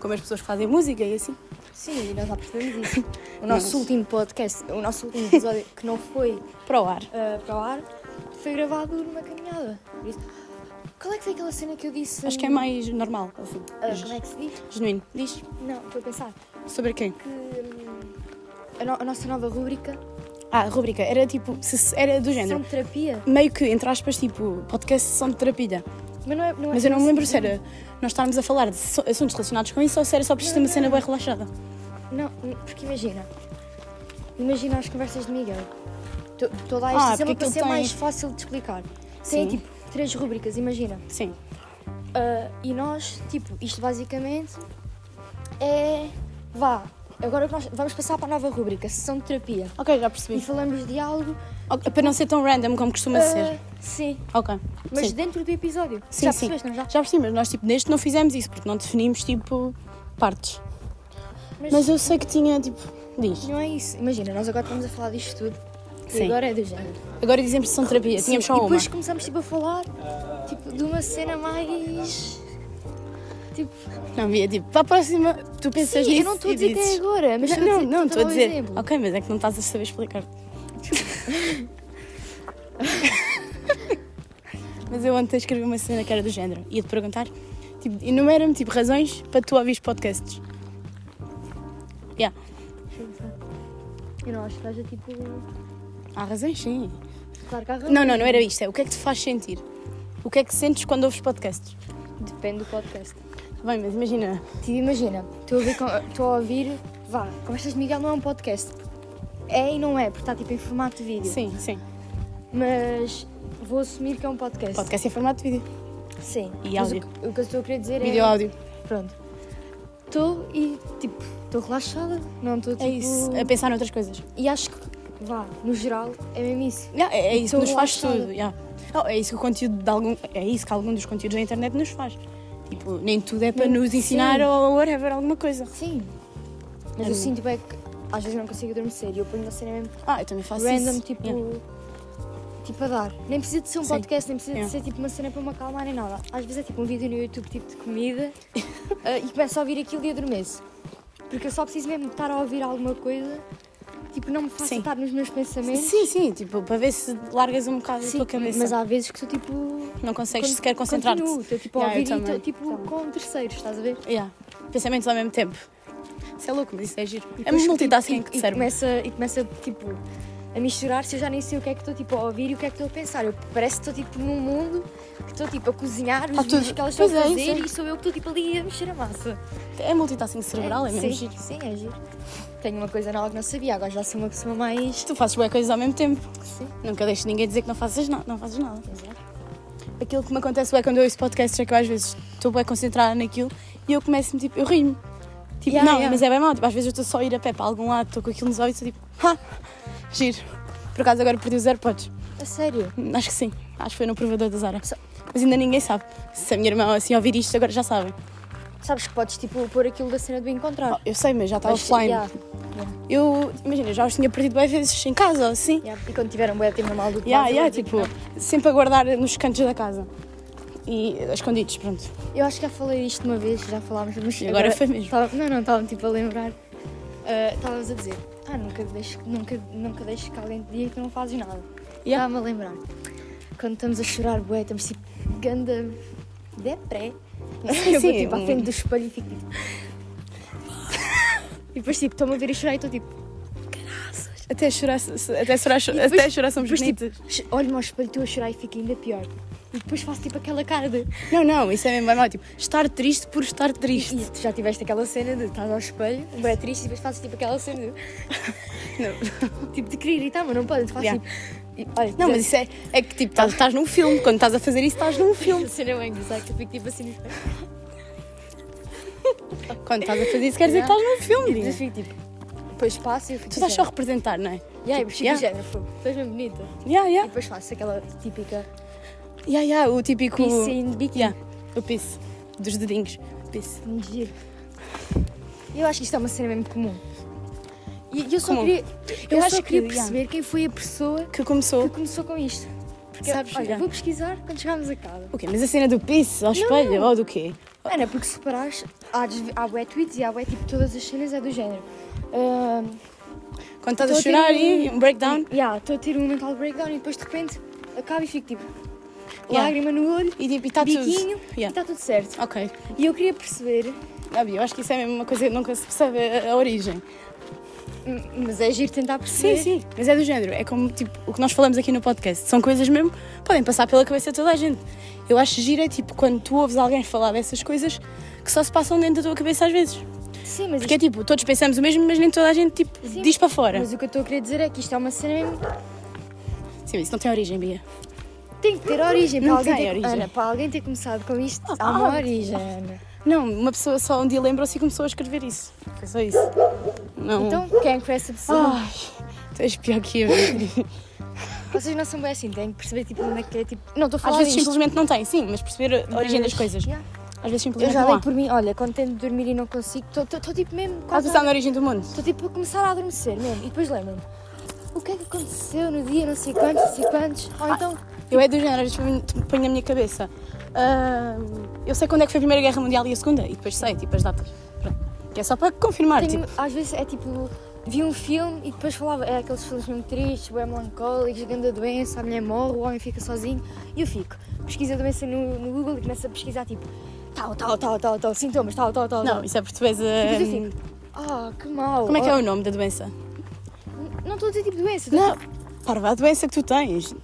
S2: como as pessoas que fazem música e assim.
S1: Sim, e nós já percebemos isso. O nosso último podcast, o nosso último episódio que não foi
S2: é Para o ar.
S1: ah, para o ar, foi gravado numa caminhada. Por isso- Qual é que foi aquela cena que eu disse?
S2: Acho que é mais normal, assim.
S1: Ah, como é que se diz?
S2: Genuíno. Diz.
S1: Não, estou a pensar.
S2: Sobre quem?
S1: Que hum, a, no- a nossa nova rúbrica
S2: Ah, a rubrica. Era tipo, se- se- era do
S1: são
S2: género.
S1: de terapia.
S2: Meio que, entre aspas, tipo, podcast sessão de terapia.
S1: Mas não é. Não é
S2: Mas eu não me lembro se era nós estarmos a falar de so- assuntos relacionados com isso ou se era só para ter uma cena bem relaxada.
S1: Não, porque imagina. Imagina as conversas de Miguel. To- Toda
S2: Ah,
S1: esta ah,
S2: porque
S1: para
S2: aquilo
S1: ser
S2: tem-
S1: mais fácil de explicar.
S2: Sim.
S1: Tem tipo três rubricas, imagina.
S2: Sim.
S1: Ah, e nós, tipo, isto basicamente é. Vá, agora que nós vamos passar para a nova rubrica, sessão de terapia.
S2: Ok, já
S1: E
S2: percebi.
S1: falamos de algo.
S2: Ok, para não ser tão random como costuma
S1: ah,
S2: ser.
S1: sim,
S2: Ok.
S1: mas
S2: sim.
S1: dentro do episódio.
S2: Sim,
S1: já
S2: sim.
S1: percebeste, não é? já?
S2: percebi, mas nós tipo, neste não fizemos isso, porque não definimos tipo partes.
S1: Mas,
S2: Mas eu sei que tinha tipo. Diz.
S1: não é isso. Imagina, nós agora estamos a falar disto tudo.
S2: Sim.
S1: E agora é do género.
S2: Agora dizemos sessão de terapia, tínhamos só
S1: e
S2: uma.
S1: depois começamos tipo, a falar tipo, de uma cena mais. Tipo,
S2: Não, Bia, tipo, para a próxima tu pensas
S1: sim,
S2: nisso.
S1: eu não estou a
S2: e
S1: dizer até
S2: dizes.
S1: agora, mas
S2: é não, não,
S1: estou
S2: não, estou a
S1: dar um
S2: dizer.
S1: exemplo.
S2: Ok, mas é que não estás a
S1: [LAUGHS]
S2: saber explicar. mas eu ontem escrevi uma cena que era do género. Ia-te perguntar, tipo, enumera-me tipo, razões para tu ouvires podcasts. Yeah.
S1: Eu não acho que haja tipo.
S2: Há razões, sim.
S1: Claro que há razão.
S2: Não, não, não era isto. É o que é que te faz sentir? O que é que sentes quando ouves podcasts? Tá
S1: Depende do podcast.
S2: Bem, mas imagina.
S1: Tipo, imagina, estou a ouvir. com- Estou a ouvir vá, Conversas de Miguel não é um podcast. É e não é, porque está tipo em formato de vídeo.
S2: Sim, sim.
S1: Mas vou assumir que é um podcast.
S2: Podcast em formato de vídeo.
S1: Sim.
S2: E
S1: Mas
S2: áudio.
S1: O, que- o que eu estou a querer dizer é.
S2: Vídeo áudio.
S1: Pronto. Estou e tipo, estou relaxada. Não estou tipo.
S2: É isso. A pensar noutras coisas.
S1: E acho que, vá, no geral, é mesmo isso.
S2: Yeah, é, é isso que nos
S1: Estou
S2: faz
S1: relaxada.
S2: tudo. yeah. Não, é isso que o conteúdo de algum. É isso que algum dos conteúdos da internet nos faz. Tipo, nem tudo é para
S1: Nem-
S2: nos ensinar
S1: sim.
S2: ou whatever, alguma coisa.
S1: Sim.
S2: É
S1: Mas eu sinto bem que às vezes não consigo adormecer e eu ponho uma cena mesmo
S2: Ah, eu também faço
S1: random,
S2: isso.
S1: tipo.
S2: Yeah.
S1: Tipo a dar. Nem precisa de ser um
S2: Sim.
S1: podcast, nem precisa
S2: Yeah.
S1: de ser tipo uma cena para me acalmar nem nada. Às vezes é tipo um vídeo no YouTube tipo de
S2: [LAUGHS]
S1: comida eh, e começo a ouvir aquilo e adormeço. Porque eu só preciso mesmo de estar a ouvir alguma coisa Tipo, não me faço
S2: Sim.
S1: estar nos meus pensamentos.
S2: Sim, sim, tipo, para ver se largas um bocado
S1: Sim,
S2: a tua cabeça.
S1: mas há vezes que sou tipo.
S2: Não consegues
S1: con-
S2: sequer concentrar-te.
S1: continuo, Estou tipo a
S2: Yeah, eu
S1: ouvir e
S2: também. É
S1: estou tipo com terceiros, estás a ver?
S2: Yeah. Pensamentos ao mesmo tempo. Isso é louco, mas isso é giro. É
S1: Depois,
S2: multitasking
S1: tipo,
S2: que
S1: e,
S2: te
S1: e
S2: serve.
S1: começa, e começa tipo a misturar se eu já nem sei o que é que estou tipo a ouvir e o que é que estou a pensar. Eu parece que estou tipo num mundo que estou tipo a cozinhar os
S2: Tá
S1: vídeos
S2: tudo-
S1: que elas estão a
S2: Pois é,
S1: fazer
S2: isso é.
S1: e sou eu que estou tipo ali a mexer a massa.
S2: É multitasking cerebral, é, mesmo
S1: sim,
S2: giro.
S1: Sim, é giro. Tenho uma coisa nova que não sabia, agora já sou uma pessoa mais.
S2: Tu fazes boas coisas ao mesmo tempo.
S1: Sim.
S2: Nunca deixes ninguém dizer que não fazes, na- não fazes nada.
S1: Exato.
S2: Aquilo que me acontece é quando eu ouço podcasts é que eu às vezes estou bem concentrada naquilo e eu começo-me tipo, eu rio-me. Tipo,
S1: Yeah,
S2: não,
S1: yeah.
S2: mas é bem mau. Tipo, às vezes eu estou só a ir a pé para algum lado, estou com aquilo nos olhos e estou tipo, ha, giro. Por acaso agora perdi os AirPods.
S1: A sério.
S2: Acho que sim. Acho que foi no provador da Zara. Mas ainda ninguém sabe. Se a minha irmã assim ouvir isto, agora já sabem.
S1: Sabes que podes tipo pôr aquilo da cena do encontrar.
S2: Oh, eu sei, mas já está
S1: Ah. Mas,
S2: offline.
S1: yeah,
S2: Eu, imagina, já os tinha perdido bem vezes em casa, assim.
S1: yeah. E quando tiver um bué tempo normal do que
S2: Yeah,
S1: nós, eu vou
S2: yeah,
S1: dizer
S2: tipo,
S1: que não.
S2: sempre a guardar nos cantos da casa. E eh, escondidos, pronto.
S1: "Ah, Eu acho que já falei isto uma vez, já falámos, mas
S2: E agora foi mesmo.
S1: Tava- não, não, estava-me tipo a lembrar. Ah, Estavas a dizer, ah, nunca deixes nunca, nunca deixes que alguém te diga que não fazes nada.
S2: Yeah.
S1: Estava-me a lembrar. Quando estamos a chorar, bué, estamos tipo ganda depré. Eu vou
S2: sim,
S1: tipo
S2: um-
S1: à frente do espelho e fico tipo... [LAUGHS] E depois tipo, estou-me a ver a chorar e estou tipo... Caraças!
S2: Até chorar, se- se- até chorar,
S1: E depois-
S2: até chorar somos
S1: depois,
S2: bonitas.
S1: tipo, ch- Olho-me ao espelho, estou a chorar e fico ainda pior. E depois faço tipo aquela cara de...
S2: Não, não, isso é mesmo bem mau. Tipo, estar triste por estar triste.
S1: E tu já tiveste aquela cena de estás ao espelho, um bué triste e depois fazes tipo aquela cena de... Tipo, de querer gritar, mas não pode, tu fazes
S2: Yeah.
S1: tipo... e- olha,
S2: [LAUGHS] Não, mas
S1: [LAUGHS]
S2: isso é, é que tipo, estás, estás num filme. Quando estás a fazer isso, estás num filme.
S1: A cena é bem engraçada, que eu fico tipo assim...
S2: Quando estás a fazer isso, quer dizer que estás num filme.
S1: Eu
S2: Dina.
S1: fico tipo... Depois passo e eu fico tipo,
S2: Tu estás só a representar, não é?
S1: Yeah, eu fico
S2: Yeah.
S1: yeah. género, fogo, estás bem bonita.
S2: Yeah,
S1: E
S2: yeah.
S1: depois faço aquela típica...
S2: Yeah, yeah, o típico.
S1: Peace in bikini.
S2: Yeah, o pisse. Dos dedinhos. Pisse.
S1: Um giro. Eu acho que isto é uma cena mesmo comum. E e eu só
S2: Comum.
S1: queria...
S2: Eu
S1: Eu,
S2: acho
S1: só queria
S2: que, yeah.
S1: perceber quem foi a pessoa
S2: Que
S1: que
S2: começou.
S1: começou com isto. Porque,
S2: Sabes,
S1: olha,
S2: yeah.
S1: vou pesquisar quando chegarmos a casa.
S2: O quê? Mas a cena do pisse ao espelho ou do quê?
S1: Ana, porque se parares, há, desvi- há bué tweets e há bué tipo todas as cenas é do género. Ahm,
S2: Quando estás a
S1: Estou a ter
S2: chorar
S1: um-
S2: e um breakdown.
S1: yeah, Estou a ter um mental breakdown e depois de repente acabo e fico tipo
S2: Yeah.
S1: lágrima no olho,
S2: E tipo, e está tudo.
S1: biquinho e
S2: Yeah.
S1: está tudo certo.
S2: Ok.
S1: E eu queria perceber,
S2: Gabi, eu acho que isso é mesmo uma coisa que nunca se percebe a, a origem.
S1: hum, mas é giro tentar
S2: Sim,
S1: perceber.
S2: sim. Mas é do género. É como tipo, o que nós falamos aqui no podcast. São coisas mesmo podem passar pela cabeça de toda a gente. Eu acho giro é tipo quando tu ouves alguém falar dessas coisas que só se passam dentro da tua cabeça às vezes.
S1: Sim, mas,
S2: Porque é
S1: isto,
S2: tipo, todos pensamos o mesmo, mas nem toda a gente tipo,
S1: Sim.
S2: diz para fora.
S1: mas o que eu estou a querer dizer é que isto é uma cena mesmo-
S2: Sim, mas isso não tem origem, Bia.
S1: tem que ter origem para
S2: Não
S1: alguém
S2: tem
S1: ter,
S2: origem.
S1: Ana, para alguém ter começado com isto,
S2: Ah,
S1: há uma
S2: ah,
S1: origem, Ana.
S2: Não, uma pessoa só um dia lembrou-se e começou a escrever isso. Foi só isso. Não.
S1: Então, quem é que foi essa pessoa?
S2: Ai, tu és pior que eu.
S1: Vocês não são bem assim, têm que perceber tipo onde é que é tipo. Não, estou a
S2: Ah. Às
S1: falar
S2: vezes
S1: disto.
S2: simplesmente não tem, sim, mas perceber a origem das coisas.
S1: Yeah.
S2: Às vezes
S1: Eu
S2: simplesmente
S1: já
S2: não há.
S1: dei por mim, olha, quando tento dormir e não consigo, estou tipo mesmo
S2: Estás a
S1: quase.
S2: pensar na origem do mundo.
S1: Estou tipo a começar a adormecer mesmo. E depois lembro-me, o que é que aconteceu no dia não sei quantos, não sei quantos? Ou então,
S2: Eu é do género, às vezes ponho na minha cabeça. ah, eu sei quando é que foi a Primeira Guerra Mundial e a Segunda, e depois sei, tipo, as datas. Pronto. Que é só para confirmar,
S1: tenho-
S2: tipo,
S1: às vezes é tipo, vi um filme e depois falava, é aqueles filmes mesmo tristes, bem melancólicos, grande doença, a mulher morre, o homem fica sozinho. E eu fico, pesquisa a doença no, no Google e começo a pesquisar tipo, tal, tal, tal, tal, tal, sintomas, tal, tal, tal.
S2: não,
S1: tal.
S2: isso é portuguesa.
S1: E depois eu fico, ah, que mal.
S2: Como é que é o nome da doença?
S1: Não estou a dizer tipo doença, estou a
S2: Não, parva, a doença que tu tens.
S1: dizer,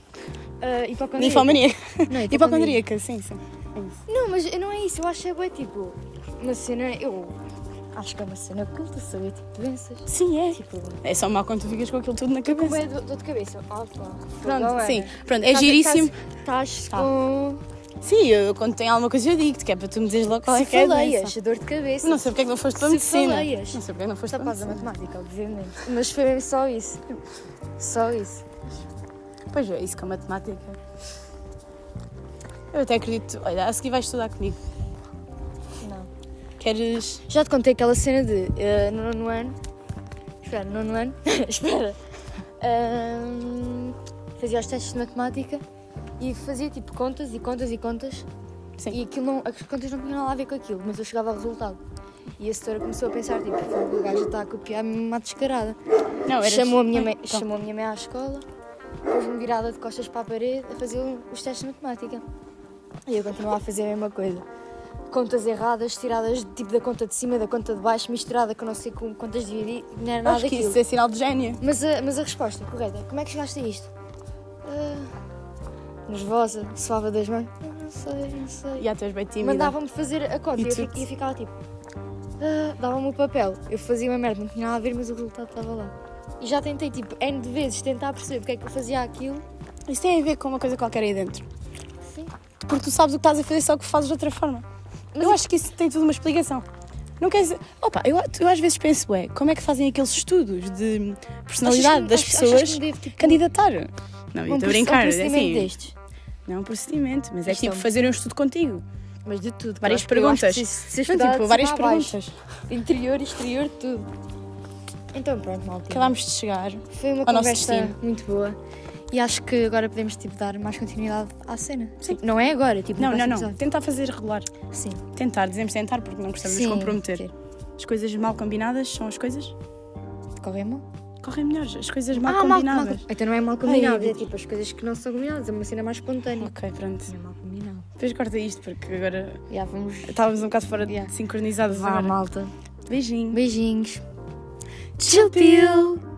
S1: ah, hipocondríaca.
S2: Ninfomaníaca. [LAUGHS]
S1: Não, hipocondríaca.
S2: Hipocondríaca, sim, sim. É isso.
S1: Não, mas não é isso. Eu acho que é tipo uma cena. Eu acho que é uma cena oculta saber tipo doenças.
S2: Sim, é.
S1: Tipo,
S2: É só mal quando tu ficas com aquilo tudo na
S1: como é
S2: cabeça.
S1: dor dor de cabeça? Ah, pá. Tá,
S2: Pronto, sim. Pronto, é giríssimo.
S1: Estás
S2: Tá.
S1: com.
S2: Sim, eu, quando tem alguma coisa eu digo-te, que é para tu me dizeres logo qual é
S1: Se
S2: que é a
S1: faleias,
S2: doença.
S1: a dor de cabeça.
S2: Não sei porque é que não foste para
S1: Se
S2: medicina.
S1: faleias.
S2: Não sei porque é que não foste
S1: Está
S2: para
S1: quase a
S2: medicina.
S1: matemática, obviamente. Mas foi mesmo só isso. Só isso.
S2: Pois é, isso com a matemática. Eu até acredito. Olha, a seguir vais estudar comigo.
S1: Não.
S2: Queres.
S1: Já te contei aquela cena de eh, no nono ano. Espera, no nono ano. [LAUGHS] Espera. Ahm, fazia os testes de matemática e fazia tipo contas e contas e contas.
S2: Sim.
S1: E aquilo não, as contas não tinham nada a ver com aquilo, mas eu chegava ao resultado. E a setora começou a pensar, tipo, "Fogo, o gajo está a copiar mesmo uma descarada.
S2: Não, era-
S1: Chamou a minha
S2: Ah,
S1: mãe,
S2: então.
S1: chamou a minha mãe à escola, pôs-me virada de costas para a parede a fazer um- os testes de matemática. E eu continuava a fazer a mesma coisa. Contas erradas, tiradas tipo da conta de cima, da conta de baixo, misturada com não sei com contas divididas, não era nada
S2: Acho que
S1: daquilo.
S2: isso é sinal de gênio.
S1: Mas a, mas a resposta correta, como é que chegaste a isto? Ah, nervosa, suava das mãos. "Ah, Não sei, não sei.
S2: E há teus bem tímida.
S1: Mandavam-me fazer a conta
S2: E
S1: e eu,
S2: tu-
S1: fi- e eu ficava tipo. "Ah", Davam-me o papel. Eu fazia uma merda, não tinha nada a ver, mas o resultado estava lá. E já tentei, tipo, N de vezes tentar perceber porque é que eu fazia aquilo.
S2: Isso tem a ver com uma coisa qualquer aí dentro.
S1: Sim.
S2: Porque tu sabes o que estás a fazer, só que fazes de outra forma. eu acho que isso tem tudo uma explicação. Não quer dizer. Opa, eu, eu às vezes penso, é, como é que fazem aqueles estudos de personalidade
S1: Achas que-
S2: das
S1: achas- achas
S2: pessoas
S1: que me devo, tipo,
S2: candidatar? Não, eu
S1: Um
S2: estou a
S1: proce-
S2: brincar.
S1: Um
S2: é
S1: procedimento
S2: assim,
S1: destes.
S2: Não é um procedimento, mas é
S1: Isto é
S2: tipo
S1: um-
S2: fazer um estudo contigo.
S1: Mas de tudo.
S2: Várias
S1: eu acho-
S2: perguntas.
S1: Eu acho que se, se
S2: Não, tipo, várias
S1: perguntas.
S2: perguntas.
S1: Interior, exterior, tudo. Então pronto, malta.
S2: Acabámos de chegar.
S1: Foi uma
S2: ao nosso
S1: conversa
S2: destino.
S1: muito boa. E acho que agora podemos tipo, dar mais continuidade à cena. Tipo, não é agora, tipo,
S2: Não,
S1: no
S2: não,
S1: próximo
S2: não.
S1: episódio.
S2: Tentar fazer regular.
S1: Sim.
S2: Tentar, dizemos tentar porque não gostamos de
S1: Sim,
S2: nos comprometer.
S1: ok.
S2: As coisas mal combinadas são as coisas.
S1: Corre mal?
S2: Correm melhores. As coisas mal
S1: mal-
S2: combinadas.
S1: mal- Então não é mal combinado, é
S2: Vitor.
S1: tipo as coisas que não são combinadas, é uma cena mais espontânea.
S2: Ok, pronto.
S1: Não é mal combinado.
S2: Depois corta isto porque agora
S1: Já vamos.
S2: estávamos um bocado fora de
S1: Yeah.
S2: sincronizados
S1: Vá,
S2: agora.
S1: malta.
S2: Beijinho.
S1: Beijinhos. Tchau, tchau.